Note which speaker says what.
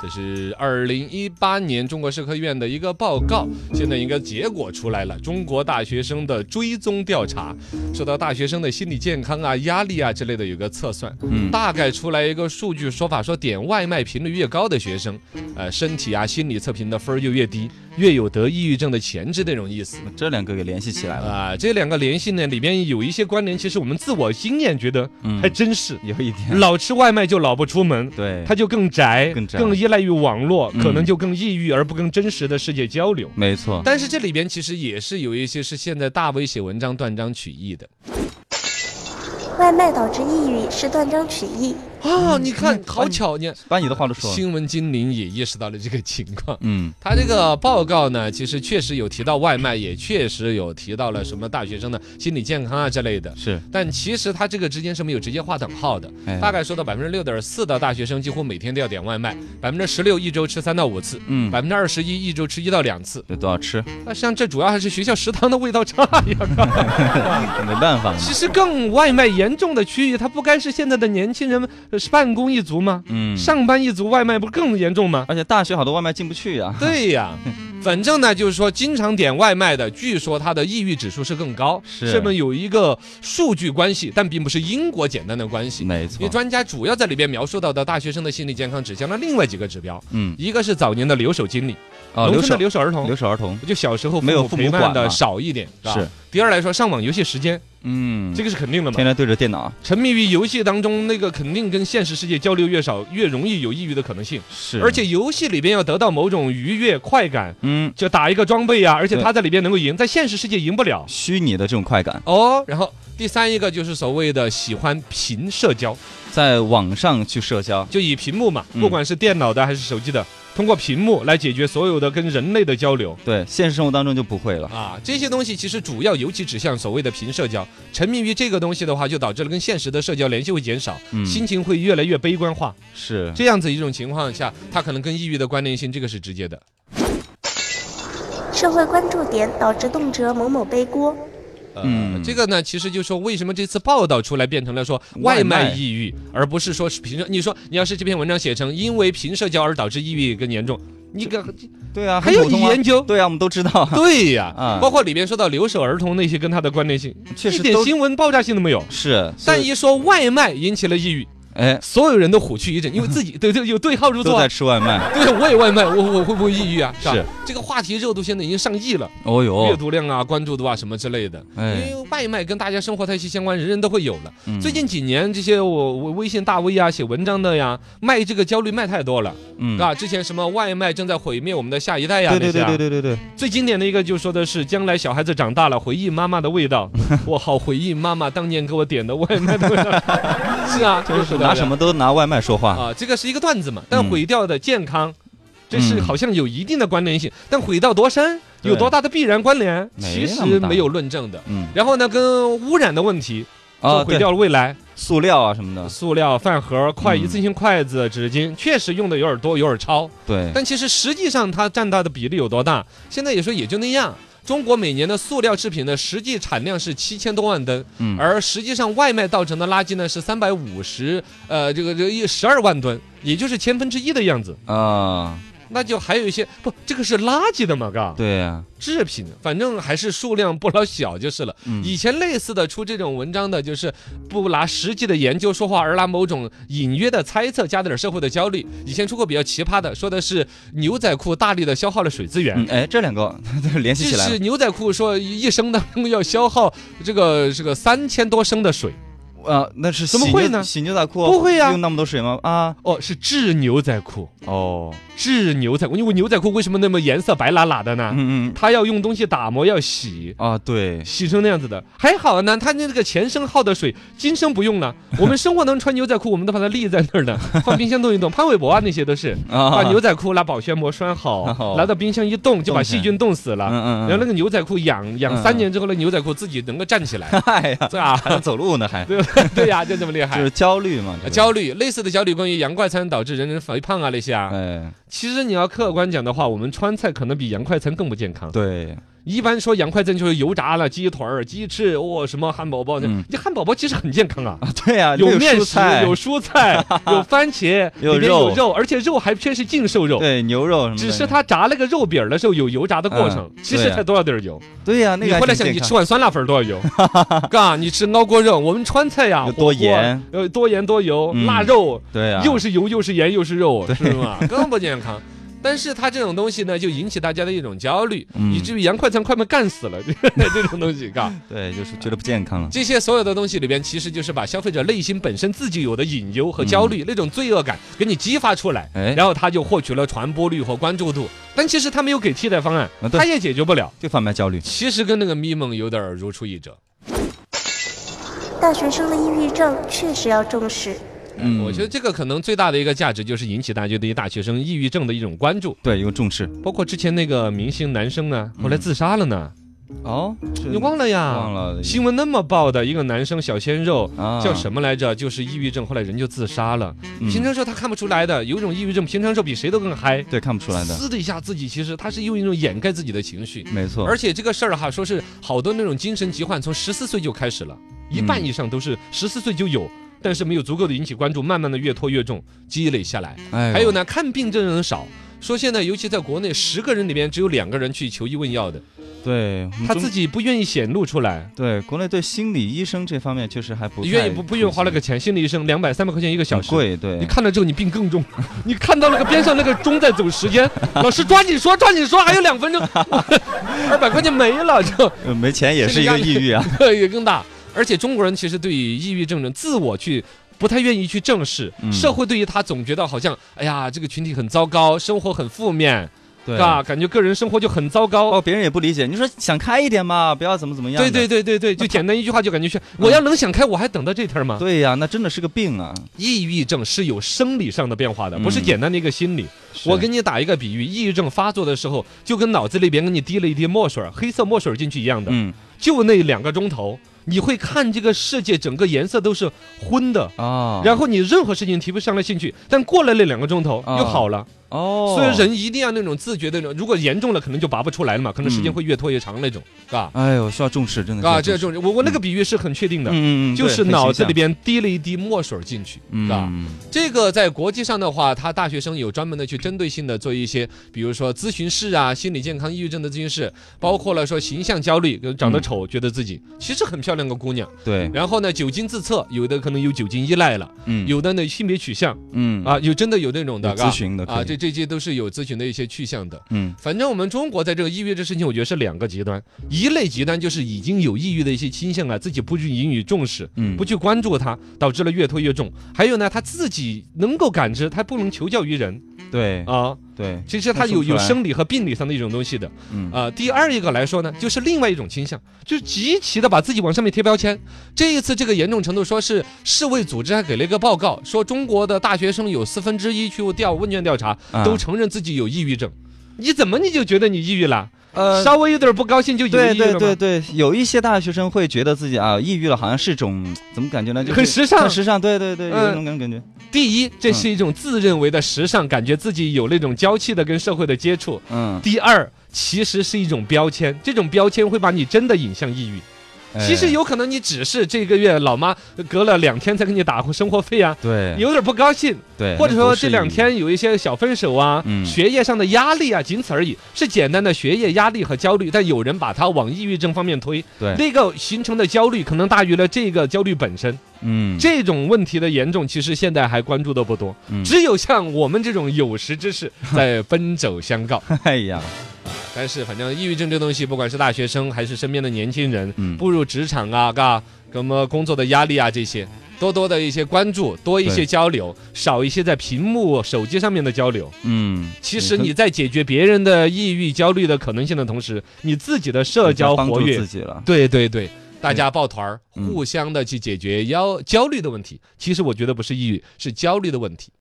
Speaker 1: 这是二零一八年中国社科院的一个报告，现在一个结果出来了，中国大学生的追踪调查，说到大学生的心理健康啊、压力啊之类的，有个测算，
Speaker 2: 嗯
Speaker 1: 大概出来一个数据说法，说点外卖频率越高的学生，呃，身体啊、心理测评的分儿就越低，越有得抑郁症的潜质那种意思。
Speaker 2: 这两个给联系起来了，
Speaker 1: 啊、这两个联系呢，里面有一些关联，其实我们自我经验觉得还真是，
Speaker 2: 嗯有一 点
Speaker 1: 老吃外卖就老不出门，
Speaker 2: 对，
Speaker 1: 他就更宅，
Speaker 2: 更宅
Speaker 1: 依赖于网络，
Speaker 2: 嗯
Speaker 1: 可能就更抑郁，而不跟真实的世界交流。
Speaker 2: 没错，
Speaker 1: 但是这里边其实也是有一些是现在大 V 写文章断章取义的
Speaker 3: 外卖导致抑郁是断章取义。
Speaker 1: 啊！你看，好巧，你看
Speaker 2: 把你的话都说了，
Speaker 1: 新闻精灵也意识到了这个情况。
Speaker 2: 嗯
Speaker 1: 他这个报告呢，其实确实有提到外卖，也确实有提到了什么大学生的心理健康啊之类的。
Speaker 2: 是，
Speaker 1: 但其实它这个之间是没有直接划等号的
Speaker 2: 哎。
Speaker 1: 大概说到百分之六点四的大学生几乎每天都要点外卖，百分之十六一周吃三到五次，
Speaker 2: 嗯，
Speaker 1: 百分之二十一一周吃一到两次。
Speaker 2: 这都要吃，
Speaker 1: 那像这主要还是学校食堂的味道差 呀。
Speaker 2: 没办法嘛，
Speaker 1: 其实更外卖严重的区域，它不该是现在的年轻人们呃是办公一族吗？
Speaker 2: 嗯，
Speaker 1: 上班一族外卖不更严重吗？
Speaker 2: 而且大学好多外卖进不去 呀，
Speaker 1: 对呀。反正呢，就是说，经常点外卖的，据说他的抑郁指数是更高，
Speaker 2: 是
Speaker 1: 这么有一个数据关系，但并不是因果简单的关系。
Speaker 2: 嗯没
Speaker 1: 因为
Speaker 2: 错，
Speaker 1: 专家主要在里边描述到的大学生的心理健康指向了另外几个指标，
Speaker 2: 嗯，
Speaker 1: 一个是早年的留守经历，
Speaker 2: 哦，
Speaker 1: 农
Speaker 2: 留
Speaker 1: 村的
Speaker 2: 守
Speaker 1: 留守儿童
Speaker 2: 留，守儿童，
Speaker 1: 就小时候
Speaker 2: 没有父母
Speaker 1: 陪
Speaker 2: 管
Speaker 1: 伴
Speaker 2: 嘛
Speaker 1: 的少一点，吧
Speaker 2: 是。
Speaker 1: 第二来说，上网游戏时间，
Speaker 2: 嗯，
Speaker 1: 这个是肯定的嘛
Speaker 2: 天，天对着电脑，
Speaker 1: 沉迷于游戏当中，那个肯定跟现实世界交流越少，越容易有抑郁的可能性，
Speaker 2: 是，
Speaker 1: 而且游戏里边要得到某种愉悦快感，
Speaker 2: 嗯，
Speaker 1: 就打一个装备呀、而且
Speaker 2: 对
Speaker 1: 他在里边能够赢，在现实世界赢不了。
Speaker 2: 虚拟的这种快感，
Speaker 1: 哦，然后第三一个就是所谓的喜欢屏社交，
Speaker 2: 在网上去社交，
Speaker 1: 就以屏幕嘛，
Speaker 2: 嗯
Speaker 1: 不管是电脑的还是手机的，通过屏幕来解决所有的跟人类的交流。
Speaker 2: 对，现实生活当中就不会了。
Speaker 1: 啊，这些东西其实主要尤其指向所谓的屏社交，沉迷于这个东西的话，就导致了跟现实的社交联系会减少，
Speaker 2: 嗯
Speaker 1: 心情会越来越悲观化。
Speaker 2: 是
Speaker 1: 这样子一种情况下，它可能跟抑郁的关联性，这个是直接的。
Speaker 3: 社会关注点导致动辄某某背锅。
Speaker 1: 呃
Speaker 2: 嗯
Speaker 1: 这个呢，其实就说为什么这次报道出来变成了说
Speaker 2: 外
Speaker 1: 外
Speaker 2: 卖
Speaker 1: 卖抑郁，而不是说是屏社。你说你要是这篇文章写成因为屏社交而导致抑郁更严重，你个
Speaker 2: 对啊，
Speaker 1: 还
Speaker 2: 很
Speaker 1: 有
Speaker 2: 普通啊
Speaker 1: 研究
Speaker 2: 对啊，我们都知道，
Speaker 1: 对呀、
Speaker 2: 啊
Speaker 1: 包括里边说到留守儿童那些跟他的关联性，
Speaker 2: 确实
Speaker 1: 一点
Speaker 2: 都
Speaker 1: 新闻爆炸性都没有。
Speaker 2: 是，所
Speaker 1: 但
Speaker 2: 以
Speaker 1: 一说外卖引起了抑郁，
Speaker 2: 哎
Speaker 1: 所有人都虎躯一震，因为自 己对对有对号入
Speaker 2: 都
Speaker 1: 座
Speaker 2: 在
Speaker 1: 啊。
Speaker 2: 吃外卖，
Speaker 1: 对，我也外卖， 我我会不会抑郁啊？吧
Speaker 2: 是
Speaker 1: 这个话题热度现在已经上亿了，
Speaker 2: 哦
Speaker 1: 阅
Speaker 2: 哟，
Speaker 1: 读量啊、关注度啊什么之类的。因
Speaker 2: 哎，
Speaker 1: 为外卖跟大家生活太息息相关，人人都会有的。
Speaker 2: 嗯
Speaker 1: 最近几年，这些我我微信大 V 啊、写文章的呀，卖这个焦虑卖太多了
Speaker 2: 嗯，
Speaker 1: 啊。之前什么外卖正在毁灭我们的下一代呀，
Speaker 2: 对对
Speaker 1: 那些
Speaker 2: 对
Speaker 1: 啊
Speaker 2: 对对对对，
Speaker 1: 最经典的一个就说的是，将来小孩子长大了，回忆妈妈的味 道，我好回忆妈妈当年给我点的外卖的味 道。是啊，
Speaker 2: 就
Speaker 1: 就是是
Speaker 2: 拿什么都拿外卖说话，
Speaker 1: 啊？这个是一个段子嘛，但
Speaker 2: 嗯
Speaker 1: 毁掉的健康，这是
Speaker 2: 嗯
Speaker 1: 好像有一定的关联性，但毁到多深，有
Speaker 2: 对
Speaker 1: 多大的必然关联，
Speaker 2: 没
Speaker 1: 其
Speaker 2: 那么
Speaker 1: 实
Speaker 2: 大
Speaker 1: 没有论证的。
Speaker 2: 嗯，
Speaker 1: 然后呢，跟污染的问题，
Speaker 2: 啊
Speaker 1: 就毁
Speaker 2: 对，
Speaker 1: 掉了未来，
Speaker 2: 塑料啊什么的，
Speaker 1: 呃塑料、饭盒、筷、
Speaker 2: 嗯
Speaker 1: 一次性筷子、纸巾，确实用的有点多，有点超。
Speaker 2: 对，
Speaker 1: 但其实实际上它占到的比例有多大？现在也说也就那样。中国每年的塑料制品的实际产量是七千多万吨，
Speaker 2: 嗯
Speaker 1: 而实际上外卖造成的垃圾呢是三百五十，呃，这个这一十二万吨，也就是千分之一的样子。
Speaker 2: 啊，
Speaker 1: 那就还有一些不，这个是垃圾的嘛，嘎，
Speaker 2: 对啊，
Speaker 1: 制品，反正还是数量不老小就是了。
Speaker 2: 嗯
Speaker 1: 以前类似的出这种文章的，就是不拿实际的研究说话，而拿某种隐约的猜测加点社会的焦虑。以前出过比较奇葩的，说的是牛仔裤大力的消耗了水资源。
Speaker 2: 嗯，哎，这两个 都联系
Speaker 1: 这
Speaker 2: 起来
Speaker 1: 是
Speaker 2: 了，
Speaker 1: 牛仔裤说一生当中要消耗这个这个三千多升的水
Speaker 2: 啊，那是
Speaker 1: 怎么
Speaker 2: 洗
Speaker 1: 会
Speaker 2: 牛
Speaker 1: 呢
Speaker 2: 洗牛仔裤啊
Speaker 1: 不会呀
Speaker 2: 用那么多水吗？啊，
Speaker 1: 哦，是制牛仔裤，
Speaker 2: 哦，
Speaker 1: 制牛仔裤，因为牛仔裤为什么那么颜色白拉拉的呢？
Speaker 2: 嗯嗯，
Speaker 1: 它要用东西打磨，要洗，
Speaker 2: 啊，对，
Speaker 1: 洗成那样子的，还好呢。他那个前生耗的水，今生不用了。我们生活当中穿牛仔裤，我们都把它立在那儿 呢，放冰箱冻一冻。潘玮柏啊，那些都是把
Speaker 2: 啊，
Speaker 1: 牛仔裤拿保鲜膜拴
Speaker 2: 哦
Speaker 1: 好，拿到冰箱一冻就把细菌冻死
Speaker 2: 嗯
Speaker 1: 了。
Speaker 2: 嗯
Speaker 1: 然后
Speaker 2: 嗯
Speaker 1: 那个牛仔裤养
Speaker 2: 嗯
Speaker 1: 养三年之后，那牛仔裤自己能够站起来，
Speaker 2: 嗯，哎呀，
Speaker 1: 对啊。
Speaker 2: 还能走路呢还，
Speaker 1: 对吧？对呀，就这么厉害
Speaker 2: 就。是焦虑嘛，这个
Speaker 1: 焦虑，类似的焦虑关于洋快餐导致人人肥胖啊那些啊。
Speaker 2: 哎，
Speaker 1: 其实你要客观讲的话，我们川菜可能比洋快餐更不健康。
Speaker 2: 对，
Speaker 1: 一般说洋快餐就是油炸了鸡腿儿、鸡翅，哦，什么汉堡包，
Speaker 2: 嗯
Speaker 1: 这汉堡包其实很健康啊。
Speaker 2: 啊对呀，
Speaker 1: 有
Speaker 2: 这个
Speaker 1: 面
Speaker 2: 蔬
Speaker 1: 食
Speaker 2: 菜，
Speaker 1: 有蔬 菜，有番茄，
Speaker 2: 有
Speaker 1: 里面有
Speaker 2: 肉
Speaker 1: 肉，而且肉还偏是净瘦肉，
Speaker 2: 对牛肉什么的，
Speaker 1: 只是它炸那个肉饼儿的时候有油炸的过程，
Speaker 2: 嗯
Speaker 1: 其实
Speaker 2: 对呀
Speaker 1: 才多少点儿油。
Speaker 2: 对呀，那
Speaker 1: 你
Speaker 2: 个
Speaker 1: 回来
Speaker 2: 还
Speaker 1: 想，
Speaker 2: 挺
Speaker 1: 你
Speaker 2: 健
Speaker 1: 吃
Speaker 2: 康，
Speaker 1: 碗酸辣粉儿多 少油？嘎，你吃熬锅肉，我们川菜呀，火
Speaker 2: 有多
Speaker 1: 锅
Speaker 2: 盐，
Speaker 1: 呃，多盐多油，
Speaker 2: 嗯
Speaker 1: 腊肉
Speaker 2: 对呀，
Speaker 1: 又是油又是盐又是肉，是吗？更不健康。但是它这种东西呢，就引起大家的一种焦虑，
Speaker 2: 嗯
Speaker 1: 以至于洋快餐快被干死了， 这种东西，嘎。
Speaker 2: 对，就是觉得不健康了，
Speaker 1: 这些所有的东西里边，其实就是把消费者内心本身自己有的隐忧和焦虑、那种罪恶感给你激发出来，
Speaker 2: 嗯哎
Speaker 1: 然后他就获取了传播率和关注度。但其实他没有给替代方案
Speaker 2: 啊，对
Speaker 1: 他也解决不了。
Speaker 2: 就贩卖焦虑，
Speaker 1: 其实跟那个咪蒙有点儿如出一辙。
Speaker 3: 大学生的抑郁症确实要重视。
Speaker 2: 嗯，
Speaker 1: 我觉得这个可能最大的一个价值就是引起大家对于大学生抑郁症的一种关注，
Speaker 2: 对，有重视
Speaker 1: 包括之前那个明星男生呢，后来自杀了呢，
Speaker 2: 哦，这
Speaker 1: 你忘了呀？
Speaker 2: 嗯忘了
Speaker 1: 新闻那么报的一个男生小鲜肉，
Speaker 2: 啊
Speaker 1: 叫啊什么来着？就是抑郁症，后来人就自杀了。
Speaker 2: 嗯
Speaker 1: 平常时候他看不出来的，有一种抑郁症，平常时候比谁都更嗨，
Speaker 2: 对，看不出来的，
Speaker 1: 私底下自己其实他是用一种掩盖自己的情绪。
Speaker 2: 没错，
Speaker 1: 而且这个事儿哈，说是好多那种精神疾患从十四岁就开始了，一半
Speaker 2: 嗯
Speaker 1: 以上都是十四岁就有。但是没有足够的引起关注，慢慢的越拖越重，积累下来。
Speaker 2: 哎呦
Speaker 1: 还有呢，看病症人少，说现在尤其在国内，十个人里面只有两个人去求医问药的，
Speaker 2: 对，我们
Speaker 1: 他
Speaker 2: 嗯中
Speaker 1: 自己不愿意显露出来，
Speaker 2: 对国内对心理医生这方面确实还不
Speaker 1: 愿意
Speaker 2: 太
Speaker 1: 不不愿意花那
Speaker 2: 普
Speaker 1: 个钱，心理医生两百三百块钱一个
Speaker 2: 及
Speaker 1: 小
Speaker 2: 很
Speaker 1: 时，
Speaker 2: 贵，对，
Speaker 1: 你看了之后，你病更重。你看到那个边上那个钟在走时 间，老师抓紧说，抓紧说，还有两分钟， 二百块钱没了，就
Speaker 2: 呃没钱也是一个抑郁啊，
Speaker 1: 也更大。而且中国人其实对于抑郁症人自我去。不太愿意去正视，
Speaker 2: 嗯
Speaker 1: 社会对于他总觉得好像，哎呀，这个群体很糟糕，生活很负面，
Speaker 2: 对
Speaker 1: 啊，感觉个人生活就很糟糕。
Speaker 2: 哦，别人也不理解，你说想开一点嘛，不要怎么怎么样
Speaker 1: 对
Speaker 2: 的。嗯
Speaker 1: 对对对对，就简单一句话就 感觉是，我要能想开，我还等到这天儿吗？
Speaker 2: 对呀，那真的是个病啊！
Speaker 1: 抑郁症是有生理上的变化的，不是
Speaker 2: 嗯
Speaker 1: 简单的一个心理。
Speaker 2: 是
Speaker 1: 我给你打一个比喻，抑郁症发作的时候，就跟脑子里边给你滴了一滴墨水儿，黑色墨水儿进去一样的，
Speaker 2: 嗯
Speaker 1: 就那两个钟头，你会看这个世界整个颜色都是昏的。
Speaker 2: 啊，
Speaker 1: 然后你任何事情提不上来兴趣，但过了那两个钟头
Speaker 2: 啊
Speaker 1: 又好了，
Speaker 2: 哦，
Speaker 1: 所以人一定要那种自觉的那种，如果严重了可能就拔不出来了嘛，可能时间
Speaker 2: 嗯
Speaker 1: 会越拖越长那种，嘎
Speaker 2: 哎呦需要重视，真的
Speaker 1: 嘎，
Speaker 2: 需
Speaker 1: 啊这
Speaker 2: 要
Speaker 1: 种我我那个比喻是很确定的，
Speaker 2: 嗯嗯嗯，
Speaker 1: 就
Speaker 2: 对
Speaker 1: 是
Speaker 2: 很
Speaker 1: 脑
Speaker 2: 形
Speaker 1: 子里
Speaker 2: 象
Speaker 1: 边滴了一滴墨水儿进去，嘎。
Speaker 2: 嗯
Speaker 1: 这个在国际上的话，他大学生有专门的去针对性的做一些，比如说咨询室啊，心理健康、抑郁症的咨询室，包括了说形象焦虑，长
Speaker 2: 嗯
Speaker 1: 得丑，觉得自己其实很漂亮个姑娘，
Speaker 2: 对
Speaker 1: 然后呢酒精自测，有的可能有酒精依赖了，
Speaker 2: 嗯
Speaker 1: 有的呢性别取向
Speaker 2: 嗯
Speaker 1: 啊，有真的有那种的
Speaker 2: 有咨询的
Speaker 1: 啊，
Speaker 2: 可以
Speaker 1: 这这些都是有咨询的一些去向的。
Speaker 2: 嗯
Speaker 1: 反正我们中国在这个抑郁这事情，我觉得是两个极端，一类极端就是已经有抑郁的一些倾向啊，自己不去引以重视，
Speaker 2: 嗯
Speaker 1: 不去关注它，导致了越拖越重。还有呢，他自己能够感知，他不能求教于人
Speaker 2: 对
Speaker 1: 啊。
Speaker 2: 对
Speaker 1: 其实他
Speaker 2: 那说
Speaker 1: 有
Speaker 2: 哎不出
Speaker 1: 有
Speaker 2: 来
Speaker 1: 生理和病理上的一种东西的。
Speaker 2: 嗯
Speaker 1: 啊。第二一个来说呢，就是另外一种倾向，就是极其的把自己往上面贴标签。这一次这个严重程度，说是世卫组织还给了一个报告，说中国的大学生有四分之一去调问卷调查，
Speaker 2: 啊
Speaker 1: 都承认自己有抑郁症。你怎么你就觉得你抑郁了？
Speaker 2: 呃
Speaker 1: 稍微有点不高兴就以为
Speaker 2: 对
Speaker 1: 抑郁了
Speaker 2: 对
Speaker 1: 吗
Speaker 2: 对对，有一些大学生会觉得自己啊抑郁了，好像是种怎么感觉呢？就是
Speaker 1: 很时尚
Speaker 2: 很时尚，对对对，有
Speaker 1: 嗯
Speaker 2: 一种感感觉，
Speaker 1: 第一，这是一种自认为的时尚，感觉自己有那种娇气的跟社会的接触。
Speaker 2: 嗯，
Speaker 1: 第二，其实是一种标签，这种标签会把你真的引向抑郁。
Speaker 2: 哎
Speaker 1: 其实有可能你只是这个月老妈隔了两天才给你打生活费啊，
Speaker 2: 哎对
Speaker 1: 有点不高兴，
Speaker 2: 对，
Speaker 1: 或者
Speaker 2: 那
Speaker 1: 说
Speaker 2: 不是
Speaker 1: 这两天有一些小分手啊，
Speaker 2: 嗯
Speaker 1: 学业上的压力啊，仅此而已，是简单的学业压力和焦虑。但有人把它往抑郁症方面推，
Speaker 2: 对
Speaker 1: 那个形成的焦虑可能大于了这个焦虑本身。
Speaker 2: 嗯
Speaker 1: 这种问题的严重，其实现在还关注的不多，
Speaker 2: 嗯
Speaker 1: 只有像我们这种有识之士在奔走相告。
Speaker 2: 哎呀，
Speaker 1: 但是，反正抑郁症这东西，不管是大学生还是身边的年轻人，
Speaker 2: 嗯
Speaker 1: 步入职场啊，嘎，什么工作的压力啊，这些。多多的一些关注，多一些
Speaker 2: 对
Speaker 1: 交流，少一些在屏幕、手机上面的交流。
Speaker 2: 嗯，
Speaker 1: 其实
Speaker 2: 跟
Speaker 1: 你在解决别人的抑郁、焦虑的可能性的同时，你自己的社
Speaker 2: 你在
Speaker 1: 交
Speaker 2: 帮
Speaker 1: 活
Speaker 2: 助
Speaker 1: 跃
Speaker 2: 自己了，
Speaker 1: 对对对，大家抱团儿，
Speaker 2: 嗯
Speaker 1: 互相的去解决焦焦虑的问题。其实我觉得不是抑郁，是焦虑的问题。